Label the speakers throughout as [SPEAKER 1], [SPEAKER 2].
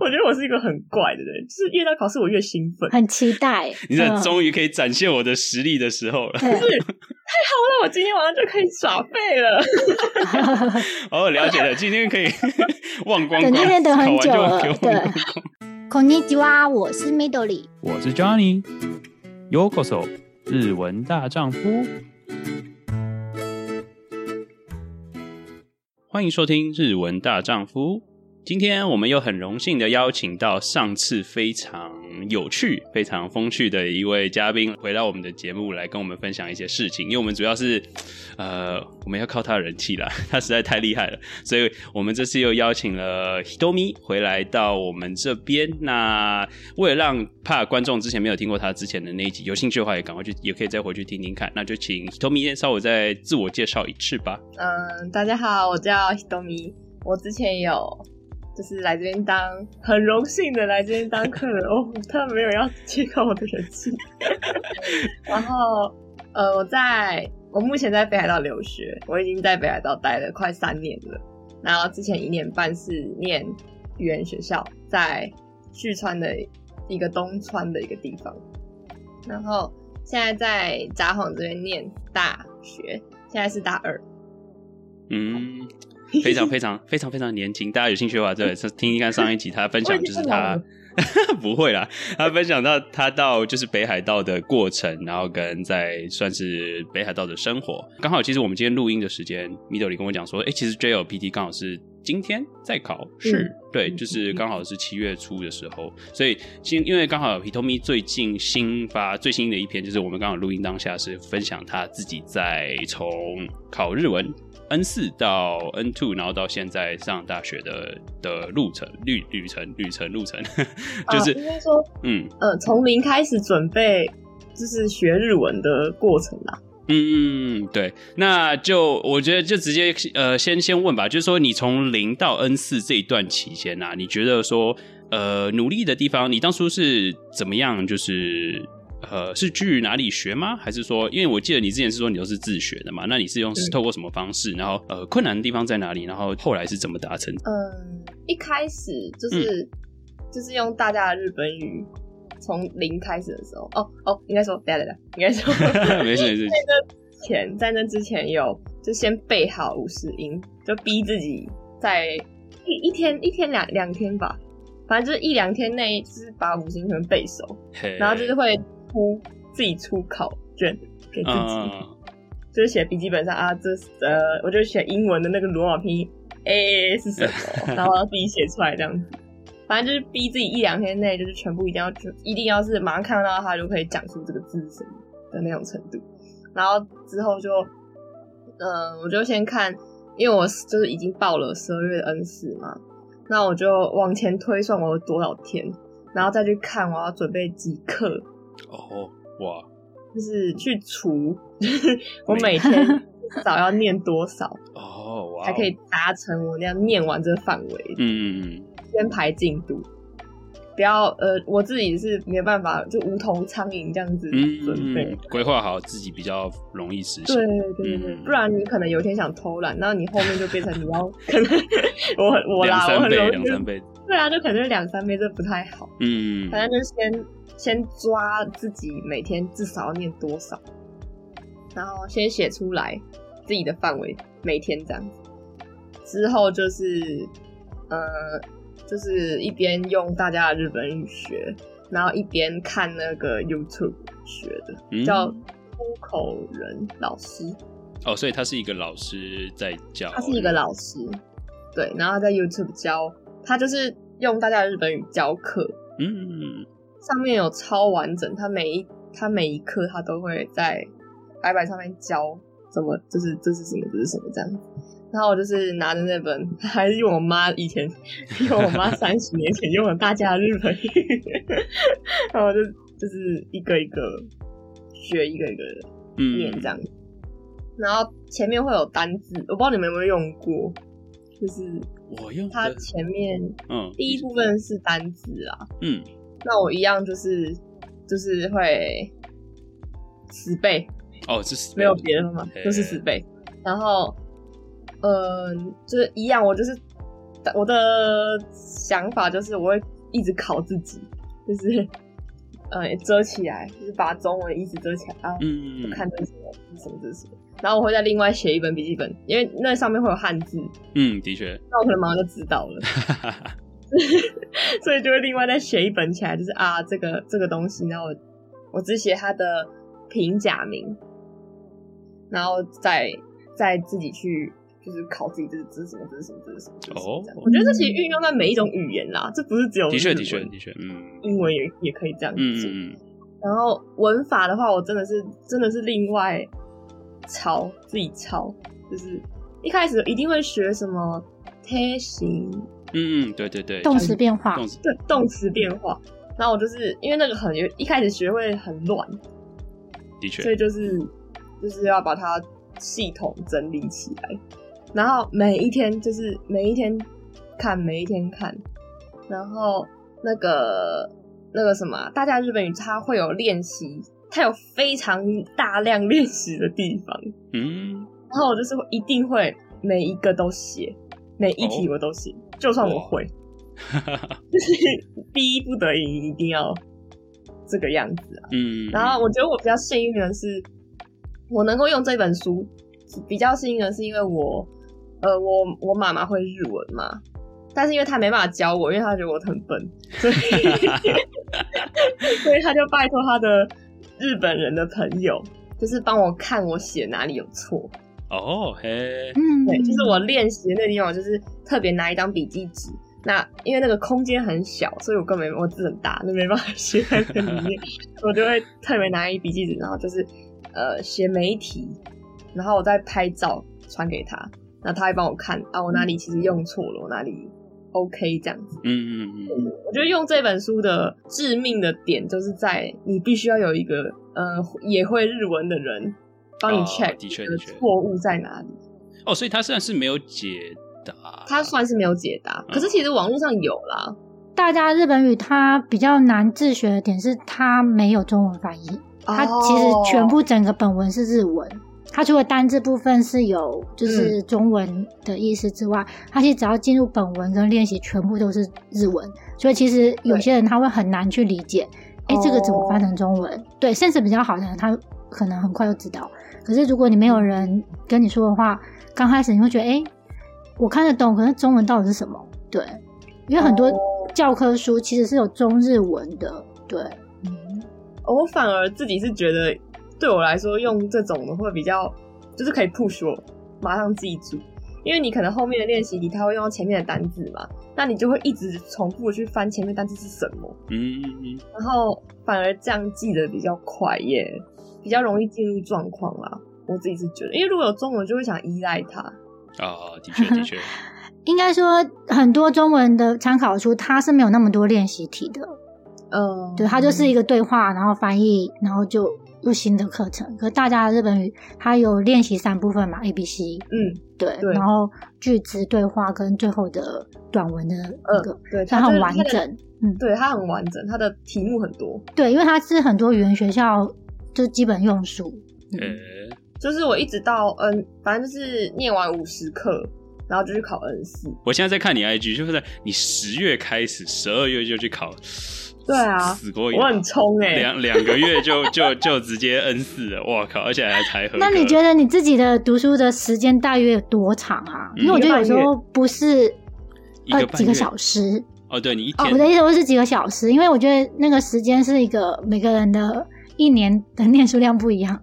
[SPEAKER 1] 我觉得我是一个很怪的人，就是越到考试我越兴奋，
[SPEAKER 2] 很期待。
[SPEAKER 3] 你这
[SPEAKER 2] 嗯
[SPEAKER 3] 终于可以展现我的实力的时候了。
[SPEAKER 2] 对，
[SPEAKER 1] 那我今天晚上就可以耍废了。
[SPEAKER 3] 哦，了解了，今天可以 忘光
[SPEAKER 2] 等
[SPEAKER 3] 光，
[SPEAKER 2] 那天等很久
[SPEAKER 3] 考
[SPEAKER 2] 了
[SPEAKER 3] 完就。给
[SPEAKER 2] 对
[SPEAKER 3] 我。
[SPEAKER 2] こんにちは，我是 Midori。
[SPEAKER 3] 我是 Johnny Yokoso，日文大丈夫。欢迎收听《日文大丈夫》。今天我们又很荣幸的邀请到上次非常有趣、非常风趣的一位嘉宾回到我们的节目来跟我们分享一些事情，因为我们主要是，呃，我们要靠他的人气啦， 他实在太厉害了。所以我们这次又邀请了 Hitomi 回来到我们这边。那为了让怕观众之前没有听过他之前的那一集，有兴趣的话也赶快去，也可以再回去听听看。那就请 Hitomi 先稍微再自我介绍一次吧。
[SPEAKER 1] 嗯，大家好，我叫 Hitomi，我之前有就是来这边当，很荣幸的来这边当客人 哦，他没有要揭露我的人气。 然后呃，我在我目前在北海道留学，我已经在北海道待了快三年了。然后之前一年半是念语言学校，在旭川的一个东川的一个地方，然后现在在札幌这边念大学，现在是大二。
[SPEAKER 3] 嗯，非常非常非常非常年轻。大家有兴趣的话，对，听听看上一集他分享，
[SPEAKER 1] 我已
[SPEAKER 3] 就
[SPEAKER 1] 经
[SPEAKER 3] 是
[SPEAKER 1] 不老
[SPEAKER 3] 他
[SPEAKER 1] 了
[SPEAKER 3] 不会啦，他分享到他到就是北海道的过程，然后跟在算是北海道的生活。刚好，其实我们今天录音的时间，Midori 跟我讲说，哎、其实 JLPT 刚好是。今天在考试，对，就是刚好是七月初的时候，所以新因为刚好 Hitomi 最近新发最新的一篇，就是我们刚好录音当下是分享他自己在从考日文 N 四到 N two，然后到现在上大学的的路程旅旅程旅程路程， 就是、
[SPEAKER 1] 啊应该说
[SPEAKER 3] 嗯
[SPEAKER 1] 呃，从零开始准备，就是学日文的过程啦。
[SPEAKER 3] 嗯嗯对，那就我觉得就直接呃先先问吧，就是说你从零到 N 四这一段期间啊，你觉得说呃努力的地方，你当初是怎么样？就是呃是去哪里学吗？还是说，因为我记得你之前是说你都是自学的嘛，那你是用
[SPEAKER 1] 对
[SPEAKER 3] 透过什么方式？然后呃困难的地方在哪里？然后后来是怎么达成？
[SPEAKER 1] 嗯，一开始
[SPEAKER 3] 嗯
[SPEAKER 1] 就是、就是用大家的日本语，从零开始的时候，哦哦，应该说，等一下等一下， 应该说，
[SPEAKER 3] 没事没事
[SPEAKER 1] 在，那之前，在那之前有就先背好五十音，就逼自己在一一天一天两两天吧，反正就是一两天内，就是把五十音全部背熟，
[SPEAKER 3] 嘿
[SPEAKER 1] 然后就是会出自己出考卷给自己。
[SPEAKER 3] 嗯，
[SPEAKER 1] 就是写笔记本上啊，这是呃，我就写英文的那个罗马拼音 A 是什么，然后自己写出来这样子。反正就是逼自己一两天内，就是全部一定要就一定要是马上看到它就可以讲出这个字是什么的那种程度。然后之后就，呃，我就先看，因为我是就是已经报了十二月的 N 四嘛，那我就往前推算我有多少天，然后再去看我要准备几课，
[SPEAKER 3] 哦，哇，
[SPEAKER 1] 就是去 除，就是我
[SPEAKER 3] 每
[SPEAKER 1] 每天至少要念多少，
[SPEAKER 3] 哦，哇哦，
[SPEAKER 1] 才可以达成我那样念完这个范围，
[SPEAKER 3] 嗯，嗯
[SPEAKER 1] 先排进度。不要呃，我自己是没有办法，就无头苍蝇这样子
[SPEAKER 3] 嗯
[SPEAKER 1] 准
[SPEAKER 3] 嗯
[SPEAKER 1] 备。
[SPEAKER 3] 嗯，规划好自己比较容易实现。
[SPEAKER 1] 对对对，
[SPEAKER 3] 嗯
[SPEAKER 1] 不然你可能有一天想偷懒，然后你后面就变成你要 可能我很我
[SPEAKER 3] 两
[SPEAKER 1] 啦，我
[SPEAKER 3] 三
[SPEAKER 1] 很
[SPEAKER 3] 倍，
[SPEAKER 1] 容易
[SPEAKER 3] 两
[SPEAKER 1] 就
[SPEAKER 3] 三倍，
[SPEAKER 1] 对啊，就可能就两三倍，这不太好。
[SPEAKER 3] 嗯，
[SPEAKER 1] 反正就是先先抓自己每天至少要念多少，然后先写出来自己的范围，每天这样子。之后就是呃，就是一边用大家的日本语学，然后一边看那个 YouTube 学的，
[SPEAKER 3] 嗯
[SPEAKER 1] 叫出口人老师，
[SPEAKER 3] 哦，所以他是一个老师在教，
[SPEAKER 1] 他是一个老师，对，然后他在 YouTube 教，他就是用大家的日本语教课，
[SPEAKER 3] 嗯，嗯，
[SPEAKER 1] 上面有超完整，他每一他每一课他都会在白板上面教怎么，就是这是什么，这是什么这样子。然后我就是拿着那本， 还是用我妈以前，用我妈三十年前用的大家的日本语， 然后我就就是一个一个学，一个一个
[SPEAKER 3] 嗯
[SPEAKER 1] 念这样。然后前面会有单字，我不知道你们有没有用过，就是
[SPEAKER 3] 我用
[SPEAKER 1] 它
[SPEAKER 3] 的
[SPEAKER 1] 前面
[SPEAKER 3] 嗯
[SPEAKER 1] 第一部分是单字啊，
[SPEAKER 3] 嗯，
[SPEAKER 1] 那我一样就是就是会十倍，
[SPEAKER 3] 哦，这是
[SPEAKER 1] 没有别的方法
[SPEAKER 3] 嘿，
[SPEAKER 1] 就是十倍。然后，呃嗯、就是一样，我就是我的想法就是我会一直考自己，就是呃遮起来，就是把中文一直遮起来啊，
[SPEAKER 3] 嗯，
[SPEAKER 1] 看这是什么这是什么这是什么。然后我会再另外写一本笔记本，因为那上面会有汉字，
[SPEAKER 3] 嗯，的确，
[SPEAKER 1] 那我可能马上就知道了， 所以就会另外再写一本起来，就是啊这个这个东西，然后我我只写它的平假名，然后再再自己去就是考自己这是这是什么这是什么这是什么这是什么这样。
[SPEAKER 3] 哦
[SPEAKER 1] 我觉得这其实运用在每一种语言啦，这不是只有
[SPEAKER 3] 的确，
[SPEAKER 1] 日
[SPEAKER 3] 的确，
[SPEAKER 1] 文
[SPEAKER 3] 的确，嗯，
[SPEAKER 1] 英文也也可以这样
[SPEAKER 3] 嗯
[SPEAKER 1] 做。
[SPEAKER 3] 嗯嗯，
[SPEAKER 1] 然后文法的话，我真的是真的是另外抄自己抄，就是一开始一定会学什么贴形，
[SPEAKER 3] 嗯嗯，对对对，
[SPEAKER 2] 动词变化，
[SPEAKER 3] 动词，
[SPEAKER 1] 对动词变化。然后我就是因为那个很有一开始学会很乱，
[SPEAKER 3] 的确
[SPEAKER 1] 所，以就是就是要把它系统整理起来，然后每一天就是每一天看，每一天看，然后那个那个什么啊，大家日本语它会有练习，它有非常大量练习的地方，
[SPEAKER 3] 嗯，
[SPEAKER 1] 然后我就是会一定会每一个都写，每一题
[SPEAKER 3] 哦
[SPEAKER 1] 我都写，就算我会， 逼不得已一定要这个样子啊。
[SPEAKER 3] 嗯，
[SPEAKER 1] 然后我觉得我比较幸运的是，我能够用这本书，比较幸运的是因为我，呃，我我妈妈会日文嘛，但是因为她没办法教我，因为她觉得我很笨，所以所以她就拜托她的日本人的朋友，就是帮我看我写哪里有错。
[SPEAKER 3] 哦嘿，
[SPEAKER 2] 嗯，
[SPEAKER 1] 对，就是我练习的那地方，我就是特别拿一张笔记纸。那因为那个空间很小，所以我根本我字很大，那没办法写在那里 面，我就会特别拿一笔记纸，然后就是呃写每一题，然后我再拍照传给他，然后他会帮我看啊，我哪里其实用错了，我哪里 OK 这样子。
[SPEAKER 3] 嗯嗯嗯，
[SPEAKER 1] 我觉得用这本书的致命的点就是在你必须要有一个呃也会日文的人帮你
[SPEAKER 3] 哦
[SPEAKER 1] check
[SPEAKER 3] 的确
[SPEAKER 1] 你的
[SPEAKER 3] 的确
[SPEAKER 1] 错误在哪里。
[SPEAKER 3] 哦，所以他虽然是没有解答，
[SPEAKER 1] 他算是没有解答，可是其实网络上有啦。
[SPEAKER 2] 大家日本语它比较难自学的点是它没有中文翻译，它其实
[SPEAKER 1] 哦
[SPEAKER 2] 全部整个本文是日文。它除了单字部分是有就是中文的意思之外，它其实只要进入本文跟练习，全部都是日文，所以其实有些人他会很难去理解，哎、这个怎么翻成中文？对，甚至比较好的人，他可能很快就知道。可是如果你没有人跟你说的话，刚开始你会觉得，哎、我看得懂，可是中文到底是什么？对，因为很多
[SPEAKER 1] 哦
[SPEAKER 2] 教科书其实是有中日文的，对，嗯
[SPEAKER 1] 我反而自己是觉得，对我来说用这种的会比较，就是可以 push 我马上记住，因为你可能后面的练习题它会用到前面的单字嘛，那你就会一直重复地去翻前面单字是什么，
[SPEAKER 3] 嗯嗯
[SPEAKER 1] 然后反而这样记得比较快耶，比较容易进入状况啦。我自己是觉得，因为如果有中文就会想依赖它，
[SPEAKER 3] 啊，的确的确，
[SPEAKER 2] 应该说很多中文的参考书它是没有那么多练习题的，
[SPEAKER 1] 嗯，
[SPEAKER 2] 对，它就是一个对话，然后翻译，然后就入新的课程。可是大家的日本语它有练习三部分嘛，A、B、C，
[SPEAKER 1] 嗯，
[SPEAKER 2] 对，
[SPEAKER 1] 对
[SPEAKER 2] 然后句子对话跟最后的短文的那个，
[SPEAKER 1] 嗯对，
[SPEAKER 2] 它
[SPEAKER 1] 它就是
[SPEAKER 2] 很完
[SPEAKER 1] 它的，
[SPEAKER 2] 整，嗯，
[SPEAKER 1] 对，它很完整，它的题目很多，
[SPEAKER 2] 对，因为它是很多语言学校就基本用书，嗯，
[SPEAKER 3] 呃，
[SPEAKER 1] 就是我一直到嗯，反正就是念完五十课，然后就去考 N 四。
[SPEAKER 3] 我现在在看你 IG，就是在你十月开始，十二月就去考，
[SPEAKER 1] 对啊
[SPEAKER 3] 死过瘾
[SPEAKER 1] 我很冲哎、
[SPEAKER 3] 两两个月就就就直接 N 四了，我靠，而且还才合格。
[SPEAKER 2] 那你觉得你自己的读书的时间大约有多长啊？
[SPEAKER 3] 嗯
[SPEAKER 2] 因为我觉得有时候不是
[SPEAKER 3] 一个
[SPEAKER 2] 呃
[SPEAKER 3] 半
[SPEAKER 2] 几个
[SPEAKER 3] 月
[SPEAKER 2] 小时
[SPEAKER 3] 哦，对你一
[SPEAKER 2] 哦
[SPEAKER 3] 天，
[SPEAKER 2] 我的意思我是几个小时，因为我觉得那个时间是一个每个人的一年的念书量不一样。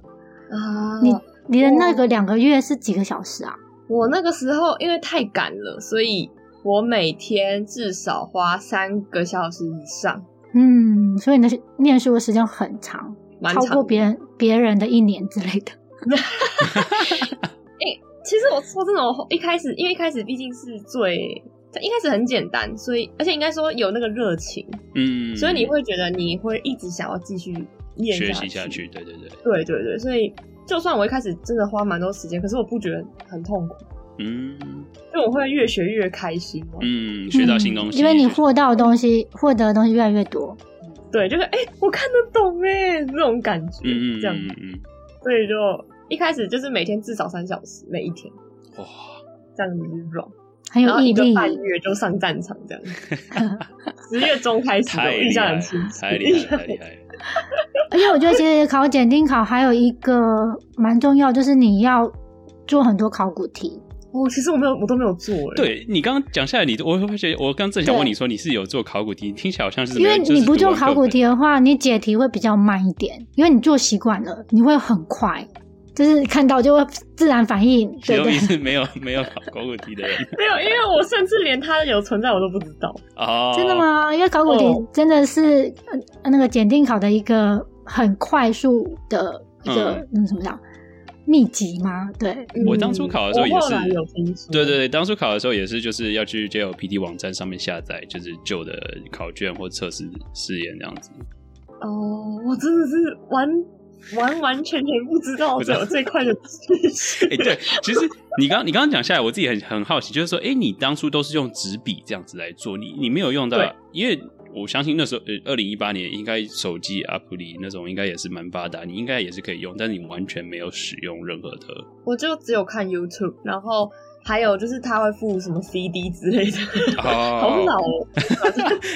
[SPEAKER 1] 啊！
[SPEAKER 2] 你你的那个两个月是几个小时啊？
[SPEAKER 1] 我那个时候因为太赶了，所以我每天至少花三个小时以上，
[SPEAKER 2] 嗯，所以你的念书的时间很长，
[SPEAKER 1] 蛮
[SPEAKER 2] 超
[SPEAKER 1] 长
[SPEAKER 2] 过
[SPEAKER 1] 的。
[SPEAKER 2] 别人别人的一年之类的。
[SPEAKER 1] 其实我说真的，我一开始因为一开始毕竟是最一开始很简单，所以而且应该说有那个热情，
[SPEAKER 3] 嗯，
[SPEAKER 1] 所以你会觉得你会一直想要继续念
[SPEAKER 3] 学习下去，对对对，
[SPEAKER 1] 对对对，所以就算我一开始真的花蛮多时间，可是我不觉得很痛苦，
[SPEAKER 3] 嗯
[SPEAKER 1] 就我会越学越开心嘛。
[SPEAKER 3] 嗯，学到新东西，
[SPEAKER 2] 因为你获到的东西获得的东西越来越多。
[SPEAKER 1] 对，就是哎、我看得懂哎，那种感觉，
[SPEAKER 3] 嗯嗯
[SPEAKER 1] 这样，
[SPEAKER 3] 嗯嗯，
[SPEAKER 1] 所以就一开始就是每天至少三小时，每一天
[SPEAKER 3] 嗯哇，
[SPEAKER 1] 这样子去 run。
[SPEAKER 2] 很
[SPEAKER 1] 然
[SPEAKER 2] 有
[SPEAKER 1] 后
[SPEAKER 2] 毅
[SPEAKER 1] 一个
[SPEAKER 2] 力。
[SPEAKER 1] 半月就上战场这样。 十月中开始，
[SPEAKER 3] 太
[SPEAKER 1] 我印
[SPEAKER 3] 厉
[SPEAKER 1] 象
[SPEAKER 3] 害
[SPEAKER 1] 很
[SPEAKER 3] 了
[SPEAKER 1] 清楚，。
[SPEAKER 3] 太厉害了，太厉害了！
[SPEAKER 2] 而且我觉得其实考检定考还有一个蛮重要，就是你要做很多考古题。
[SPEAKER 1] 哦，其实我没有，我都没有做。，哎
[SPEAKER 3] 对你刚刚讲下来，你我会觉得，我刚正想问你说你是有做考古题，听起来好像是怎么
[SPEAKER 2] 因为
[SPEAKER 3] 样
[SPEAKER 2] 你不做考古，
[SPEAKER 3] 就是
[SPEAKER 2] 题的话，你解题会比较慢一点，因为你做习惯了，你会很快，就是看到就会自然反应，
[SPEAKER 3] 读
[SPEAKER 2] 对
[SPEAKER 3] 完
[SPEAKER 2] 不
[SPEAKER 3] 课本
[SPEAKER 2] 对
[SPEAKER 3] 你？是没有 没有考古题的人
[SPEAKER 1] 没有，因为我甚至连它有存在我都不知道。
[SPEAKER 3] 哦，
[SPEAKER 2] 真的？吗？因为考古题
[SPEAKER 1] 哦
[SPEAKER 2] 真的是、呃那个检定考的一个很快速的一个嗯怎么讲秘籍吗？对，
[SPEAKER 3] 我
[SPEAKER 1] 嗯
[SPEAKER 3] 当初考的时候也
[SPEAKER 1] 我后
[SPEAKER 3] 是
[SPEAKER 1] 来有听说，
[SPEAKER 3] 对对对，当初考的时候也是，就是要去 JLPT 网站上面下载，就是旧的考卷或测试试验这样子。
[SPEAKER 1] 哦，我真的是完完完全全不知道
[SPEAKER 3] 不知道
[SPEAKER 1] 有这块的知识。
[SPEAKER 3] 哎、 对，其实你刚你刚刚讲下来，我自己很很好奇，就是说，哎、你当初都是用纸笔这样子来做，你你没有用到
[SPEAKER 1] 对，
[SPEAKER 3] 因为我相信那时候呃二零一八年应该手机 App 里那种应该也是蛮发达，你应该也是可以用，但是你完全没有使用任何的。
[SPEAKER 1] 我就只有看 YouTube，然后还有就是他会附什么 CD 之类的， 好老哦，
[SPEAKER 3] 啊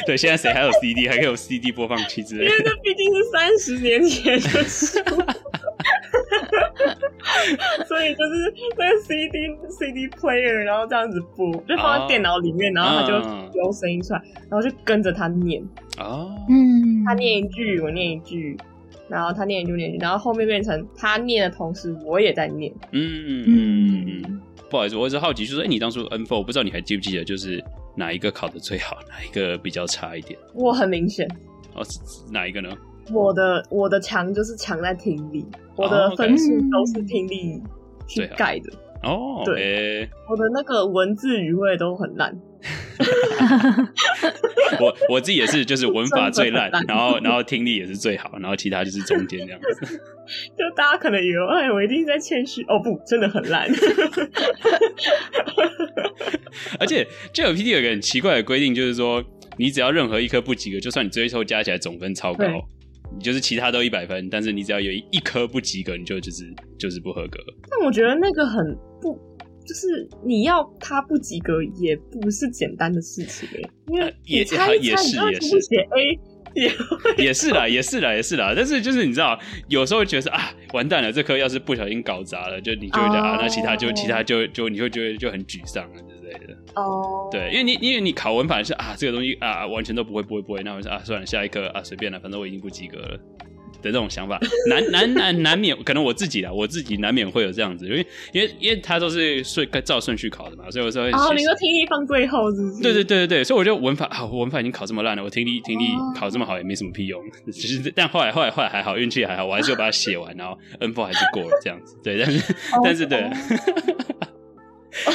[SPEAKER 3] 对，现在谁还有 CD，还可以有 CD 播放器之
[SPEAKER 1] 因
[SPEAKER 3] 类
[SPEAKER 1] 为
[SPEAKER 3] 的。
[SPEAKER 1] 这毕竟是三十年前的书。所以就是那个 CD CD player，然后这样子播，就放在电脑里面，然后它就
[SPEAKER 3] 嗯
[SPEAKER 1] 有声音出来，然后就跟着他念，
[SPEAKER 3] 哦，
[SPEAKER 2] 嗯，
[SPEAKER 1] 他念一句，我念一句，然后他念一句，我念一句，然后后面变成他念的同时，我也在念。
[SPEAKER 3] 嗯嗯嗯
[SPEAKER 2] 嗯
[SPEAKER 3] 嗯，不好意思，我只是好奇，就是说哎、你当初 N4，我不知道你还记不记得，就是哪一个考的最好，哪一个比较差一点？
[SPEAKER 1] 我很明显，
[SPEAKER 3] 哦，是是哪一个呢？
[SPEAKER 1] 我的我的强就是强在听力，我
[SPEAKER 3] 哦
[SPEAKER 1] 的
[SPEAKER 3] ，OK 嗯啊
[SPEAKER 1] 分数都是听力去
[SPEAKER 3] 最好
[SPEAKER 1] 盖的。
[SPEAKER 3] 哦，
[SPEAKER 1] 对
[SPEAKER 3] 诶
[SPEAKER 1] 我的那个文字语汇都很烂，
[SPEAKER 3] 我我自己也是，就是文法最烂
[SPEAKER 1] 真的很烂，
[SPEAKER 3] 然后然后听力也是最好，然后其他就是中间这样子。
[SPEAKER 1] 就大家可能以为，哎，我一定在谦虚，哦不，真的很烂。
[SPEAKER 3] 而且 JLPT 有一个很奇怪的规定，就是说你只要任何一科不及格，就算你最后加起来总分超高
[SPEAKER 1] 对，
[SPEAKER 3] 你就是其他都一百分，但是你只要有一一科不及格，你就就是就是不合格。
[SPEAKER 1] 但我觉得那个很不，就是你要他不及格也不是简单的事情、欸，因
[SPEAKER 3] 呃
[SPEAKER 1] 为
[SPEAKER 3] 也
[SPEAKER 1] 你猜一
[SPEAKER 3] 也
[SPEAKER 1] 猜，
[SPEAKER 3] 是
[SPEAKER 1] 你就会
[SPEAKER 3] 也
[SPEAKER 1] 全部
[SPEAKER 3] 是
[SPEAKER 1] 写 A，也
[SPEAKER 3] 也是啦，也是啦，也是啦。但是就是你知道，有时候觉得是啊，完蛋了，这科要是不小心搞砸了，就你就会觉得、啊，
[SPEAKER 1] 哦
[SPEAKER 3] 那其他就其他就就你会觉得就很沮丧啊了之类的。
[SPEAKER 1] 哦，
[SPEAKER 3] 对，因为你因为你考文法是啊，这个东西啊啊完全都不会，不会，不会，那我就说啊，算了，下一科啊，随便了，反正我已经不及格了的这种想法，难难难难免，可能我自己啦，我自己难免会有这样子，因为因为因为他都是顺照顺序考的嘛，所以我说会
[SPEAKER 1] 哦，
[SPEAKER 3] 其
[SPEAKER 1] 你
[SPEAKER 3] 实
[SPEAKER 1] 说听力放最后是不是？
[SPEAKER 3] 对对对对对，所以我就文法啊，我文法已经考这么烂了，我听力听力
[SPEAKER 1] 哦
[SPEAKER 3] 考这么好也没什么屁用。 只是但后来后来后来还好，运气还好，我还是有把它写完，然后 N four 还是过了这样子。对，但是
[SPEAKER 1] 哦
[SPEAKER 3] 但是对，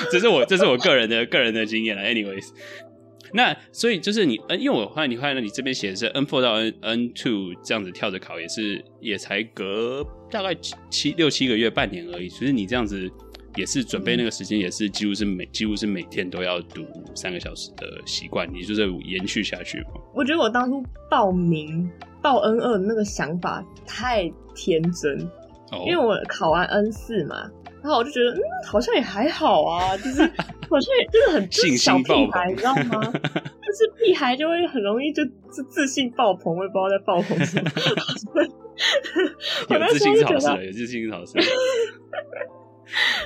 [SPEAKER 3] 这是我这是我个人的个人的经验了。Anyways，那所以就是你，呃因为我发现你发现你这边写的是 N four 到 N N two 这样子跳着考，也是也才隔大概七七六七个月半年而已。其实你这样子也是准备那个时间，也是几乎是每几乎是每天都要读三个小时的习惯，你就是延续下去嘛。
[SPEAKER 1] 我觉得我当初报名报 N 二那个想法太天真，
[SPEAKER 3] 哦
[SPEAKER 1] 因为我考完 N 四嘛，然后我就觉得嗯，好像也还好啊， 就是好像也就是很就是
[SPEAKER 3] 信
[SPEAKER 1] 小
[SPEAKER 3] 心爆
[SPEAKER 1] 屁
[SPEAKER 3] 棚
[SPEAKER 1] 孩，你知道吗？ 就是屁孩就会很容易就自自信爆棚，我也不知道在爆棚什么。 我
[SPEAKER 3] 有
[SPEAKER 1] 那
[SPEAKER 3] 自
[SPEAKER 1] 时候
[SPEAKER 3] 信是
[SPEAKER 1] 就
[SPEAKER 3] 好
[SPEAKER 1] 觉
[SPEAKER 3] 事
[SPEAKER 1] 得
[SPEAKER 3] 了，有自信是好事。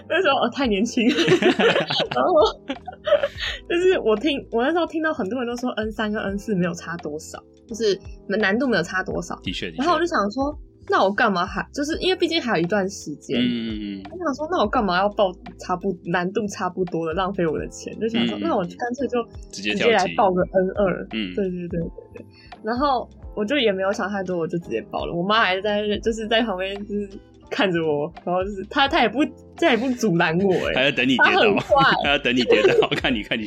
[SPEAKER 1] 那时候哦太年 轻，然后就是我听我那时候听到很多人都说 N 三跟 N 四没有差多少，就是难度没有差多少。
[SPEAKER 3] 的确，的确
[SPEAKER 1] 然后我就想说，那我干嘛还就是因为毕竟还有一段时间，
[SPEAKER 3] 嗯，
[SPEAKER 1] 我想说，那我干嘛要报差不难度差不多的，浪费我的钱？就想说，
[SPEAKER 3] 嗯
[SPEAKER 1] 那我干脆就
[SPEAKER 3] 直接
[SPEAKER 1] 直
[SPEAKER 3] 跳
[SPEAKER 1] 接来
[SPEAKER 3] 级，
[SPEAKER 1] 报个 N 二、
[SPEAKER 3] 嗯，
[SPEAKER 1] 对对对对对。然后我就也没有想太多，我就直接报了。我妈还在就是在旁边就是看着我，然后就是她她也不她也不阻拦我、
[SPEAKER 3] 还
[SPEAKER 1] 哎，
[SPEAKER 3] 要等你
[SPEAKER 1] 她
[SPEAKER 3] 跌
[SPEAKER 1] 很
[SPEAKER 3] 倒。
[SPEAKER 1] 快，
[SPEAKER 3] 他要等你跌倒，看你看你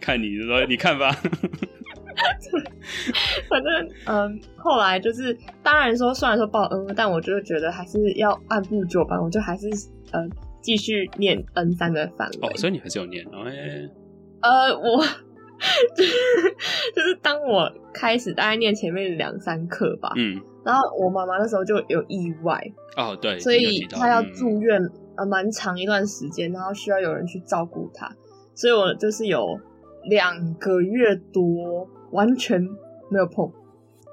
[SPEAKER 3] 看你说你看吧，
[SPEAKER 1] 反正嗯，后来就是，当然说虽然说报 N 二，但我就是觉得还是要按部就班，我就还是呃继续念 N 三的范围。
[SPEAKER 3] 哦，所以你还是有念，哦哎，
[SPEAKER 1] 呃，我就是就是当我开始大概念前面两三课吧，
[SPEAKER 3] 嗯，
[SPEAKER 1] 然后我妈妈那时候就有意外，
[SPEAKER 3] 哦对，
[SPEAKER 1] 所
[SPEAKER 3] 你有
[SPEAKER 1] 以
[SPEAKER 3] 提到
[SPEAKER 1] 她要
[SPEAKER 3] 嗯
[SPEAKER 1] 住院、呃蛮长一段时间，然后需要有人去照顾她，所以我就是有两个月多完全没有碰，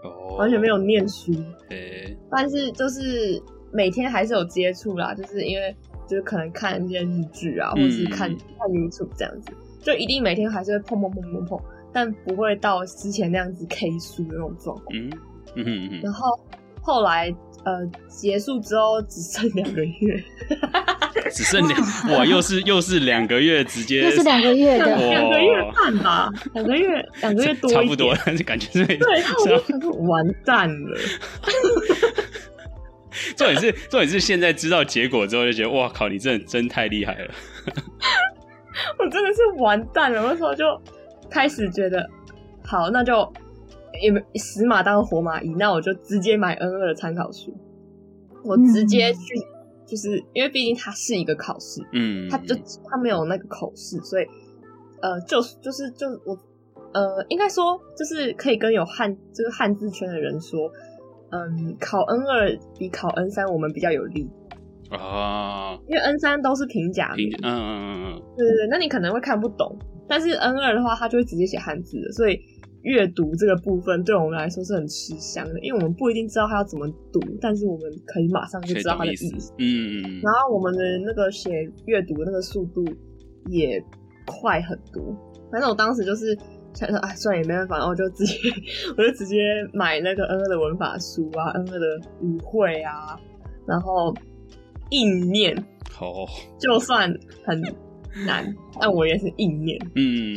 [SPEAKER 3] 哦，
[SPEAKER 1] 完全没有念书，
[SPEAKER 3] 诶，
[SPEAKER 1] 但是就是每天还是有接触啦，就是因为就是可能看一些日剧啊，或者是看、
[SPEAKER 3] 嗯
[SPEAKER 1] 看 YouTube 这样子，就一定每天还是会碰碰碰碰碰，但不会到之前那样子 K 书的那种状况。
[SPEAKER 3] 嗯嗯哼嗯哼
[SPEAKER 1] 然后后来呃结束之后只剩两个月，
[SPEAKER 3] 只剩 两哇，又是又是两个月，直接
[SPEAKER 2] 又是两个月
[SPEAKER 1] 两
[SPEAKER 2] 的，
[SPEAKER 1] 两个月半吧，两个月两个月多一
[SPEAKER 3] 差
[SPEAKER 1] 点
[SPEAKER 3] 不多， 感觉是
[SPEAKER 1] 对，然后我
[SPEAKER 3] 是啊
[SPEAKER 1] 就想说完蛋了，
[SPEAKER 3] 重点是重点是现在知道结果之后就觉得哇靠，你真的真太厉害了。
[SPEAKER 1] 我真的是完蛋了。我那时候就开始觉得，好，那就也没死马当活马医，那我就直接买 N 二的参考书，我直接去，就是因为毕竟它是一个考试，
[SPEAKER 3] 嗯，
[SPEAKER 1] 他就他没有那个口试，所以呃，就是就是就我呃，应该说就是可以跟有汉就是汉字圈的人说，嗯，考 N 二比考 N 三我们比较有利，
[SPEAKER 3] 啊，
[SPEAKER 1] 因为 N 三都是平假名
[SPEAKER 3] 平嗯嗯嗯
[SPEAKER 1] 对对对，那你可能会看不懂，但是 N 二的话，它就会直接写汉字的，所以阅读这个部分对我们来说是很吃香的，因为我们不一定知道它要怎么读，但是我们可以马上
[SPEAKER 3] 嗯，
[SPEAKER 1] 就
[SPEAKER 3] 所以
[SPEAKER 1] 知道
[SPEAKER 3] 懂
[SPEAKER 1] 它的
[SPEAKER 3] 意
[SPEAKER 1] 意
[SPEAKER 3] 思
[SPEAKER 1] 思。，
[SPEAKER 3] 嗯嗯嗯
[SPEAKER 1] 然后我们的那个写阅读的那个速度也快很多。反正我当时就是想说，哎，算了，也没办法，然后我就直接我就直接买那个 N 二的文法书啊，N 二的语汇啊，然后硬念，
[SPEAKER 3] 好，
[SPEAKER 1] 就算很难，但我也是硬念，
[SPEAKER 3] 嗯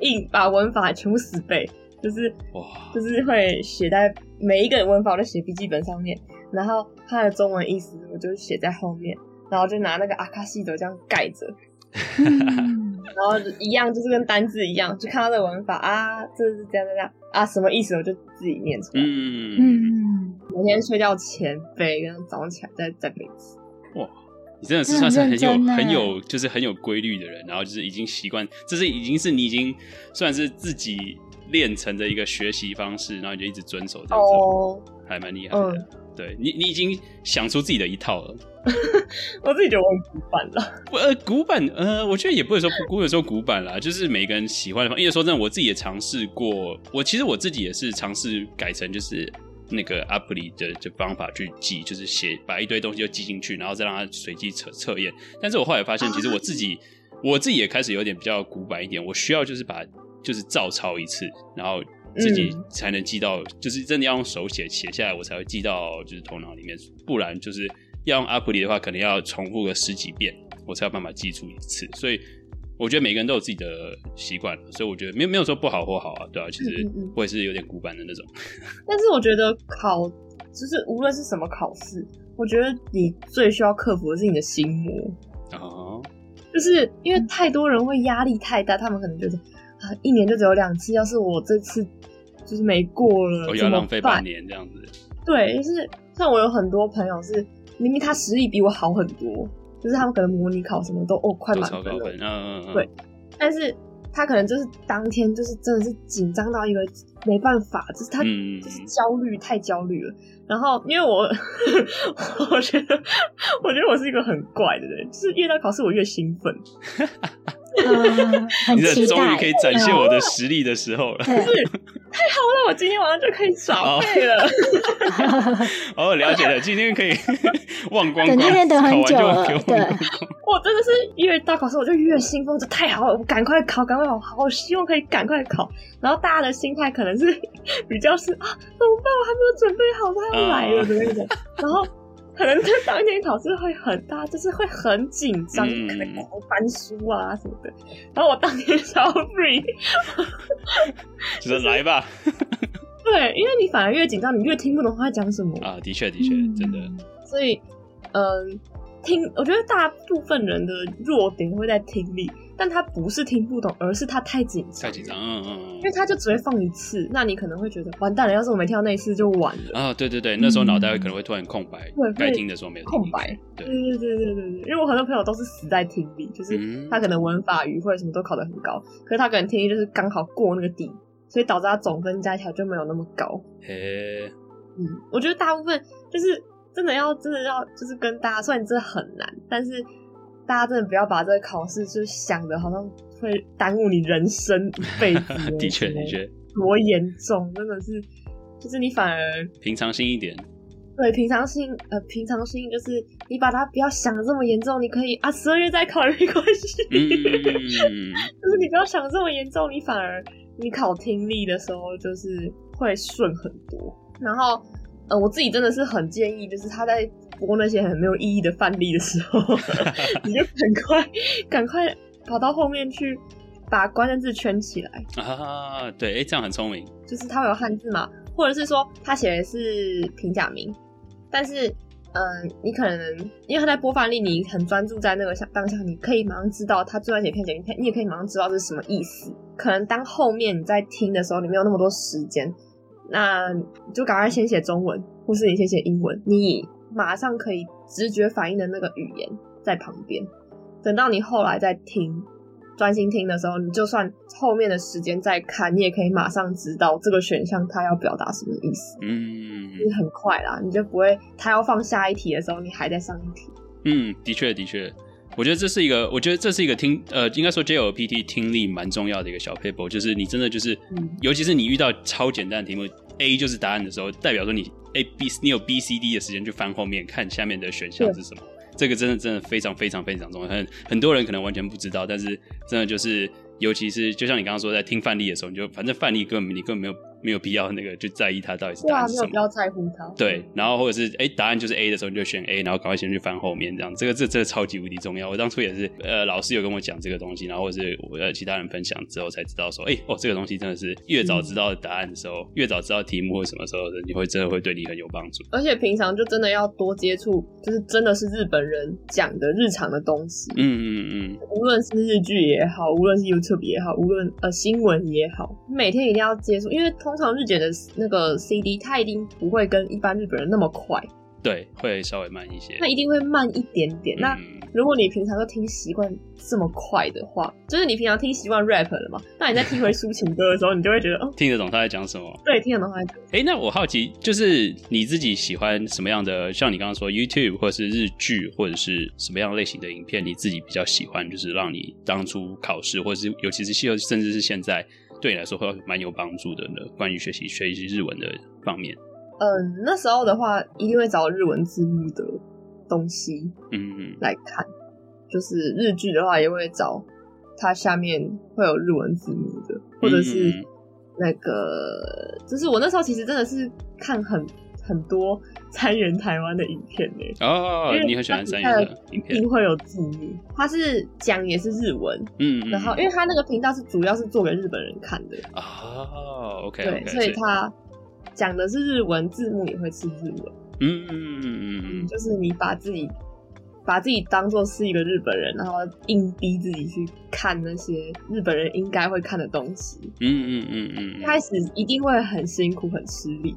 [SPEAKER 1] 硬把文法全部死背，就是
[SPEAKER 3] 哇，
[SPEAKER 1] 就是会写在每一个文法我都写笔记本上面，然后它的中文意思我就写在后面，然后就拿那个阿卡西德这样盖着，
[SPEAKER 2] 嗯
[SPEAKER 1] 然后就一样就是跟单字一样，就看到这个文法啊，这是这样这样这样啊，什么意思我就自己念出来，
[SPEAKER 3] 嗯。
[SPEAKER 2] 嗯，
[SPEAKER 1] 每天睡觉前背，然后早上起来再再背一次。
[SPEAKER 3] 你真的是算是很
[SPEAKER 2] 很
[SPEAKER 3] 有
[SPEAKER 2] 认真欸
[SPEAKER 3] 很有，就是很有规律的人，然后就是已经习惯，这是已经是你已经算是自己练成的一个学习方式，然后你就一直遵守这种，
[SPEAKER 1] 哦，
[SPEAKER 3] 还蛮厉害
[SPEAKER 2] 嗯
[SPEAKER 3] 的。对你，你已经想出自己的一套了。
[SPEAKER 1] 我自己觉得我很古板了，
[SPEAKER 3] 不呃，古板呃，我觉得也不会说不会说古板啦，就是每个人喜欢的方。因为说真的，我自己也尝试过，我其实我自己也是尝试改成就是那个 app 里的的方法去记，就是写把一堆东西就记进去，然后再让它随机测测验。但是我后来发现，其实我自己我自己也开始有点比较古板一点，我需要就是把就是照抄一次，然后。自己
[SPEAKER 1] 嗯
[SPEAKER 3] 才能记到，就是真的要用手写写下来，我才会记到就是头脑里面，不然就是要用 app 里的话，可能要重复个十几遍，我才有办法记住一次。所以我觉得每个人都有自己的习惯，所以我觉得没有没有说不好或好啊，对啊，其实
[SPEAKER 1] 嗯嗯嗯
[SPEAKER 3] 我也是有点古板的那种。
[SPEAKER 1] 但是我觉得考就是无论是什么考试，我觉得你最需要克服的是你的心魔。
[SPEAKER 3] 哦，
[SPEAKER 1] 就是因为太多人会压力太大，他们可能觉得啊，一年就只有两次，要是我这次就是没过了，
[SPEAKER 3] 我
[SPEAKER 1] 怎
[SPEAKER 3] 哦要
[SPEAKER 1] 么
[SPEAKER 3] 浪费半
[SPEAKER 1] 办？
[SPEAKER 3] 年这样子。
[SPEAKER 1] 对，就是像我有很多朋友是明明他实力比我好很多，就是他们可能模拟考什么都哦快
[SPEAKER 3] 都
[SPEAKER 1] 满
[SPEAKER 3] 超
[SPEAKER 1] 分
[SPEAKER 3] 高
[SPEAKER 1] 了，
[SPEAKER 3] 分，嗯嗯嗯，
[SPEAKER 1] 对，但是他可能就是当天就是真的是紧张到一个没办法，就是他
[SPEAKER 3] 嗯
[SPEAKER 1] 就是焦虑，太焦虑了。然后因为我， 我觉得我觉得我是一个很怪的人，就是越到考试我越兴奋。
[SPEAKER 2] 呃很
[SPEAKER 3] 你这
[SPEAKER 2] 期
[SPEAKER 3] 终于
[SPEAKER 2] 待，嗯
[SPEAKER 3] 可以展现我
[SPEAKER 1] 哦
[SPEAKER 3] 的实力的时候了。
[SPEAKER 2] 对，
[SPEAKER 1] 那我今天晚上就可以耍废了。
[SPEAKER 3] 哦， 了解了，今天可以忘光光，
[SPEAKER 2] 等今天等很久
[SPEAKER 3] 考
[SPEAKER 2] 了
[SPEAKER 3] 完就给，我
[SPEAKER 2] 对，
[SPEAKER 1] 我真的是越到考试我就越兴奋，这太好了，我赶快考，赶快考，好希望可以赶快考。然后大家的心态可能是 比较是啊，怎么办？我还没有准备好，他要来了的那种。然后可能在当天考试会很大，就是会很紧张，
[SPEAKER 3] 嗯
[SPEAKER 1] 可能狂翻书啊什么的。然后我当天 超 free，
[SPEAKER 3] 就是来吧。
[SPEAKER 1] 对，因为你反而越紧张，你越听不懂他在讲什么。
[SPEAKER 3] 啊，的确的确，
[SPEAKER 2] 嗯
[SPEAKER 3] 真的，
[SPEAKER 1] 所以，嗯，听，我觉得大部分人的弱点会在听力，但他不是听不懂，而是他太紧张，
[SPEAKER 3] 太紧张，。嗯嗯
[SPEAKER 1] 因为
[SPEAKER 3] 嗯。
[SPEAKER 1] 他就只会放一次，那你可能会觉得完蛋了，要是我没跳那一次就完了，
[SPEAKER 3] 啊，对对对，那时候脑袋可能会突然空白
[SPEAKER 1] 对，
[SPEAKER 3] 该听的时候没有听
[SPEAKER 1] 空白。
[SPEAKER 3] 对
[SPEAKER 1] 对对对对对对，因为我很多朋友都是死在听力，就是
[SPEAKER 3] 嗯
[SPEAKER 1] 他可能文法、语汇什么都考得很高，可是他可能听力就是刚好过那个底，所以导致他总分加起来就没有那么高。
[SPEAKER 3] 诶，。
[SPEAKER 1] 嗯，我觉得大部分就是真的要真的要就是跟大家，虽然这很难，但是大家真的不要把这个考试就想的好像会耽误你人生一辈子 哦
[SPEAKER 3] 的确的，确，
[SPEAKER 1] 多严重，真的是，就是你反而
[SPEAKER 3] 平常心一点，
[SPEAKER 1] 对平常心，呃，平常心就是你把它不要想的这么严重，你可以啊，十二月再考也没关系。
[SPEAKER 3] 嗯，
[SPEAKER 1] 就是你不要想这么严重，你反而你考听力的时候就是会顺很多。然后，呃，我自己真的是很建议，就是他在播那些很没有意义的范例的时候， 你就赶快赶快跑到后面去把关键字圈起来，
[SPEAKER 3] 啊，对，哎、这样很聪明，
[SPEAKER 1] 就是它会有汉字嘛，或者是说他写的是平假名，但是。嗯，你可能因为他在播范例，你很专注在那个下当下，你可以马上知道他这段写片假名，你也可以马上知道这是什么意思。可能当后面你在听的时候，你没有那么多时间，那你就赶快先写中文，或是你先写英文，你马上可以直觉反应的那个语言在旁边。等到你后来再听，专心听的时候，你就算后面的时间再看，你也可以马上知道这个选项它要表达什么意思。
[SPEAKER 3] 嗯
[SPEAKER 1] 就是很快啦，你就不会他要放下一题的时候，你还在上一题。
[SPEAKER 3] 嗯，的确的确，我觉得这是一个，我觉得这是一个听，呃，应该说 JLPT 听力蛮重要的一个小 paper，就是你真的就是，
[SPEAKER 1] 嗯
[SPEAKER 3] 尤其是你遇到超简单的题目 A 就是答案的时候，代表说你 A B 你有 B C D 的时间去翻后面看下面的选项是什么。这个真的真的非常非常非常重要，很很多人可能完全不知道，但是真的就是，尤其是就像你刚刚说，在听范例的时候，你就反正范例根本你根本没有没有必要那个就在意它到底是
[SPEAKER 1] 对
[SPEAKER 3] 答
[SPEAKER 1] 啊，
[SPEAKER 3] 案是
[SPEAKER 1] 没
[SPEAKER 3] 什
[SPEAKER 1] 有
[SPEAKER 3] 么
[SPEAKER 1] 必。要在乎他。
[SPEAKER 3] 对，然后或者是哎、诶答案就是 A 的时候，你就选 A，然后赶快先去翻后面这样。这个这这超级无敌重要。我当初也是，呃，老师有跟我讲这个东西，然后或者是我呃其他人分享之后才知道说，哎、哦，这个东西真的是越早知道答案的时候，越早知道题目或什么时候，你会真的会对你很有帮助。
[SPEAKER 1] 而且平常就真的要多接触，就是真的是日本人讲的日常的东西，
[SPEAKER 3] 嗯嗯嗯，
[SPEAKER 1] 无论是日剧也好，无论是 YouTube 也好，无论呃新闻也好，每天一定要接触，因为通常日检的那个 CD 它一定不会跟一般日本人那么快，
[SPEAKER 3] 对，会稍微慢一些
[SPEAKER 1] 它。一定会慢一点点。那
[SPEAKER 3] 嗯
[SPEAKER 1] 如果你平常都听习惯这么快的话，就是你平常听习惯 rap 了嘛，那你在听回抒情歌的时候，你就会觉得，哦，
[SPEAKER 3] 听得懂他在讲什么？
[SPEAKER 1] 对，听得懂他在讲
[SPEAKER 3] 哎，那我好奇，就是你自己喜欢什么样的？像你刚刚说 YouTube 或是日剧，或者是什么样类型的影片，你自己比较喜欢？就是让你当初考试，或者是尤其是现甚至是现在，对你来说会蛮有帮助的呢？关于学习学习日文的方面，
[SPEAKER 1] 嗯，那时候的话，一定会找日文字幕的东西
[SPEAKER 3] 嗯，
[SPEAKER 1] 来看。就是日剧的话，也会找它下面会有日文字幕的，或者是
[SPEAKER 3] 嗯
[SPEAKER 1] 那个，就是我那时候其实真的是看很很多参援台湾的影片呢、
[SPEAKER 3] 哦
[SPEAKER 1] 因为，
[SPEAKER 3] 你很喜欢三元的影
[SPEAKER 1] 一
[SPEAKER 3] 片
[SPEAKER 1] 定，会有字幕，它是讲也是日文，
[SPEAKER 3] 嗯，嗯
[SPEAKER 1] 然后因为它那个频道是主要是做给日本人看的，
[SPEAKER 3] 哦，OK，
[SPEAKER 1] 对，所以
[SPEAKER 3] 他
[SPEAKER 1] 它讲的是日文，字幕也会是日文。
[SPEAKER 3] 嗯嗯嗯嗯嗯，
[SPEAKER 1] 就是你把自己把自己当做是一个日本人，然后硬逼自己去看那些日本人应该会看的东西。
[SPEAKER 3] 嗯嗯嗯
[SPEAKER 1] 一
[SPEAKER 3] 嗯，
[SPEAKER 1] 开始一定会很辛苦、很吃力，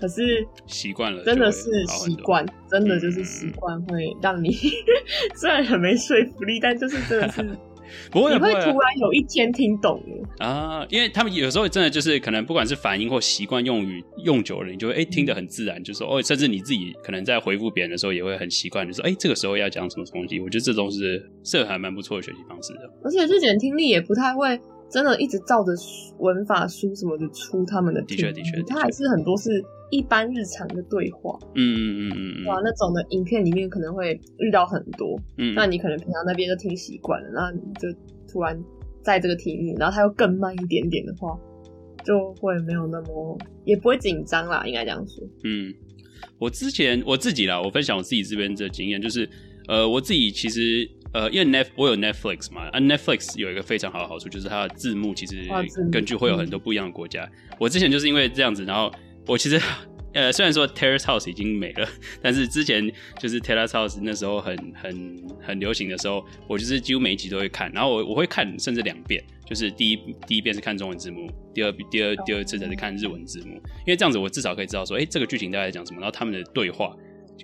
[SPEAKER 1] 可是
[SPEAKER 3] 习惯了，
[SPEAKER 1] 真的是习惯，，真的就是习惯会让你
[SPEAKER 3] 嗯
[SPEAKER 1] 虽然很没说服力，但就是真的是你
[SPEAKER 3] 不会不
[SPEAKER 1] 会
[SPEAKER 3] 会
[SPEAKER 1] 突然有一天听懂了。
[SPEAKER 3] 啊，因为他们有时候真的就是可能不管是反应或习惯用语用久了，你就会哎、诶听得很自然，就说哦，甚至你自己可能在回复别人的时候也会很习惯，就说哎、诶这个时候要讲什么东西。我觉得这都是这还蛮不错的学习方式的。
[SPEAKER 1] 而且日检听力也不太会真的一直照着文法书什么的出他们的
[SPEAKER 3] 的
[SPEAKER 1] 听
[SPEAKER 3] 确
[SPEAKER 1] 力，
[SPEAKER 3] 的确的
[SPEAKER 1] 它
[SPEAKER 3] 确
[SPEAKER 1] 还是很多是一般日常的对话。
[SPEAKER 3] 嗯嗯嗯嗯
[SPEAKER 1] 哇，那种的影片里面可能会遇到很多，
[SPEAKER 3] 嗯，
[SPEAKER 1] 那你可能平常那边就听习惯了，那你就突然在这个题目，然后它又更慢一点点的话，就会没有那么也不会紧张啦，应该这样说。
[SPEAKER 3] 嗯，我之前我自己啦，我分享我自己这边的经验，就是呃，我自己其实呃，因为 Net 我有 Netflix 嘛，啊 Netflix 有一个非常好的好处，就是它的字幕其实
[SPEAKER 1] 啊字幕
[SPEAKER 3] 根据会有很多不一样的国家。我之前就是因为这样子，然后我其实。 呃，虽然说 Terrace House 已经没了，但是之前就是 Terrace House 那时候很很很流行的时候，我就是几乎每一集都会看，然后我我会看甚至两遍，就是第一第一遍是看中文字幕，第二第二第二次才是看日文字幕，因为这样子我至少可以知道说，哎、这个剧情大概在讲什么，然后他们的对话，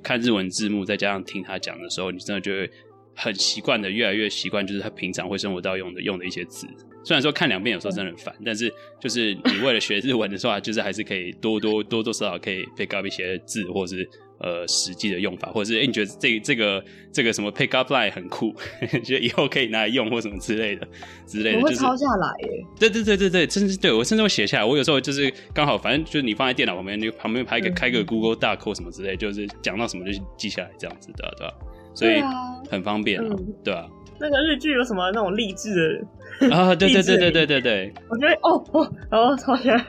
[SPEAKER 3] 看日文字幕，再加上听他讲的时候，你真的就会很习惯的，越来越习惯，就是他平常会生活到用的用的一些字。虽然说看两遍有时候真的很烦，但是就是你为了学日文的话，就是还是可以多多多多少少可以 pick up 一些字，或是呃实际的用法，或者是哎、诶你觉得这这个这个什么 pick up line 很酷， 觉得以后可以拿来用或什么之类的之类的，
[SPEAKER 1] 我会
[SPEAKER 3] 就是
[SPEAKER 1] 抄下来耶。
[SPEAKER 3] 对对对对对，真是对我甚至会写下来。我有时候就是刚好，反正就是你放在电脑旁边，就旁边拍一个
[SPEAKER 1] 嗯
[SPEAKER 3] 开个 Google Doc 或什么之类，就是讲到什么就记下来这样子的，对吧、所以
[SPEAKER 1] 对啊
[SPEAKER 3] 很方便啊
[SPEAKER 1] 嗯，
[SPEAKER 3] 对吧、
[SPEAKER 1] 那个日剧有什么那种励志
[SPEAKER 3] 啊？对对
[SPEAKER 1] 励志
[SPEAKER 3] 对对对对对，
[SPEAKER 1] 的？我觉得哦哦，然后抄下来。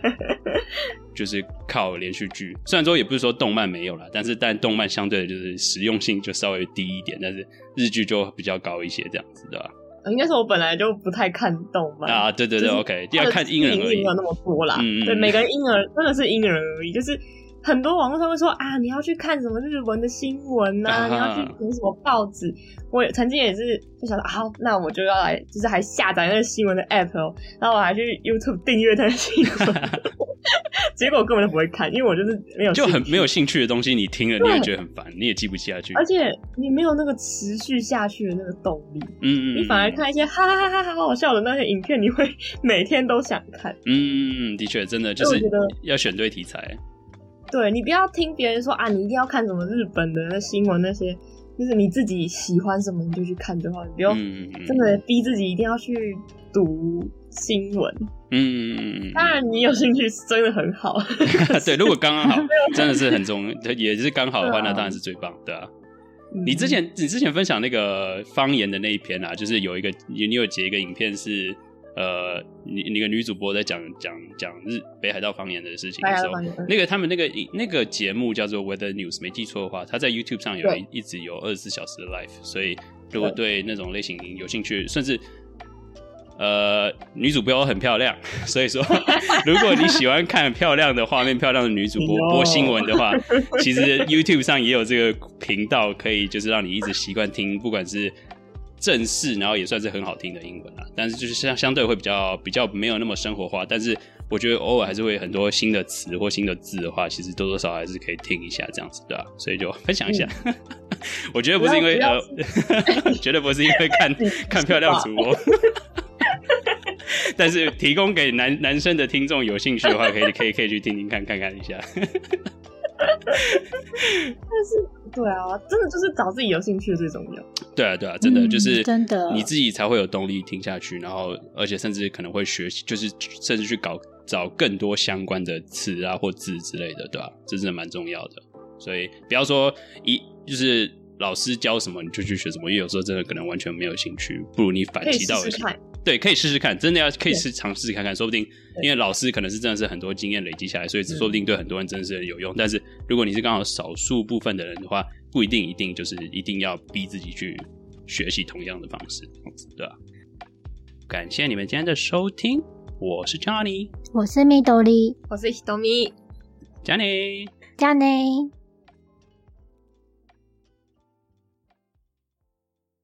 [SPEAKER 3] 就是靠连续剧。虽然说也不是说动漫没有啦，但是但动漫相对的就是实用性就稍微低一点，但是日剧就比较高一些这样子，对吧、
[SPEAKER 1] 应该是我本来就不太看动漫
[SPEAKER 3] 啊，对对对
[SPEAKER 1] 就是
[SPEAKER 3] ，OK，
[SPEAKER 1] 它
[SPEAKER 3] 要
[SPEAKER 1] 的
[SPEAKER 3] 看因人而
[SPEAKER 1] 吸引力
[SPEAKER 3] 异
[SPEAKER 1] 没有。那么多啦。
[SPEAKER 3] 嗯嗯
[SPEAKER 1] 对，
[SPEAKER 3] 嗯
[SPEAKER 1] 每个人因人真的是因人而异，就是。很多网络上会说啊，你要去看什么日文的新闻呐、
[SPEAKER 3] 啊
[SPEAKER 1] 你要去读什么报纸。我也曾经也是就想说，好、啊，那我就要来，就是还下载那个新闻的 app 哦，然后我还去 YouTube 订阅那个新闻， 结果我根本就不会看，因为我就是没有
[SPEAKER 3] 就
[SPEAKER 1] 兴
[SPEAKER 3] 很
[SPEAKER 1] 趣
[SPEAKER 3] 没有兴趣的东西，你听了你会觉得很烦，你也记不下去。
[SPEAKER 1] 而且你没有那个持续下去的那个动力，
[SPEAKER 3] 嗯，嗯
[SPEAKER 1] 你反而
[SPEAKER 3] 嗯
[SPEAKER 1] 看一些哈哈哈哈好好笑的那些影片，你会 每天都想看。
[SPEAKER 3] 嗯，的确，真的就
[SPEAKER 1] 所
[SPEAKER 3] 是
[SPEAKER 1] 以我觉得
[SPEAKER 3] 要选对题材。
[SPEAKER 1] 对你不要听别人说啊，你一定要看什么日本的那新闻那些，就是你自己喜欢什么你就去看就好，你不用
[SPEAKER 3] 嗯，
[SPEAKER 1] 真的逼自己一定要去读新闻。
[SPEAKER 3] 嗯，嗯嗯嗯
[SPEAKER 1] 当然，你有兴趣是真的很好，
[SPEAKER 3] 嗯， 对，如果刚刚好，真的是很重，也是刚好的话，那当然是最棒，对啊。你之前你之前分享那个方言的那一篇啊，就是有一个你你有截一个影片是。呃，你那个女主播在讲讲讲日北海道方言的事情
[SPEAKER 1] 大
[SPEAKER 3] 的
[SPEAKER 1] 家
[SPEAKER 3] 时
[SPEAKER 1] 都
[SPEAKER 3] 候，
[SPEAKER 1] 发现嗯
[SPEAKER 3] 那个他们那个那个节目叫做 Weather News，没记错的话，它在 YouTube 上有
[SPEAKER 1] 对
[SPEAKER 3] 一一直有二十四小时的 live，所以如果对那种类型有兴趣，甚至呃女主播很漂亮， 所以说如果你喜欢看漂亮的画面、漂亮的女主播
[SPEAKER 1] 哎呦
[SPEAKER 3] 播新闻的话， 其实 YouTube 上也有这个频道，可以就是让你一直习惯听，不管是。正式，然后也算是很好听的英文啦，但是就是相相对会比较比较没有那么生活化，但是我觉得偶尔还是会有很多新的词或新的字的话，其实多多少少还是可以听一下这样子，对吧、所以就分享一下。我绝对不是因为
[SPEAKER 1] 不要
[SPEAKER 3] 呃，绝对不是因为看看漂亮主播。但是提供给男男生的听众有兴趣的话，可以可以可以去听听看看看一下。
[SPEAKER 1] 对啊，真的就是找自己有兴趣的最重要。
[SPEAKER 3] 对啊，对啊，真的、
[SPEAKER 2] 嗯
[SPEAKER 3] 就是
[SPEAKER 2] 真的
[SPEAKER 3] 你自己才会有动力听下去，然后而且甚至可能会学习，就是甚至去搞找更多相关的词啊或字之类的，对吧、这真的蛮重要的。所以不要说一就是老师教什么你就去学什么，因为有时候真的可能完全没有兴趣，不如你反
[SPEAKER 1] 可以
[SPEAKER 3] 其道而
[SPEAKER 1] 试
[SPEAKER 3] 行
[SPEAKER 1] 试看，
[SPEAKER 3] 对，可以试试看，真的要可
[SPEAKER 1] 对
[SPEAKER 3] 以试尝试看看，说不定因为老师可能是真的是很多经验累积下来，所以说不定对很多人真的是有用。但是如果你是刚好少数部分的人的话，不一定一定就是一定要逼自己去学习同样的方式，这样子对吧、感谢你们今天的收听，我是 Johnny，Johnny
[SPEAKER 2] 我是米豆利，
[SPEAKER 1] 我是 Hitomi。
[SPEAKER 3] Johnny。
[SPEAKER 2] 加内。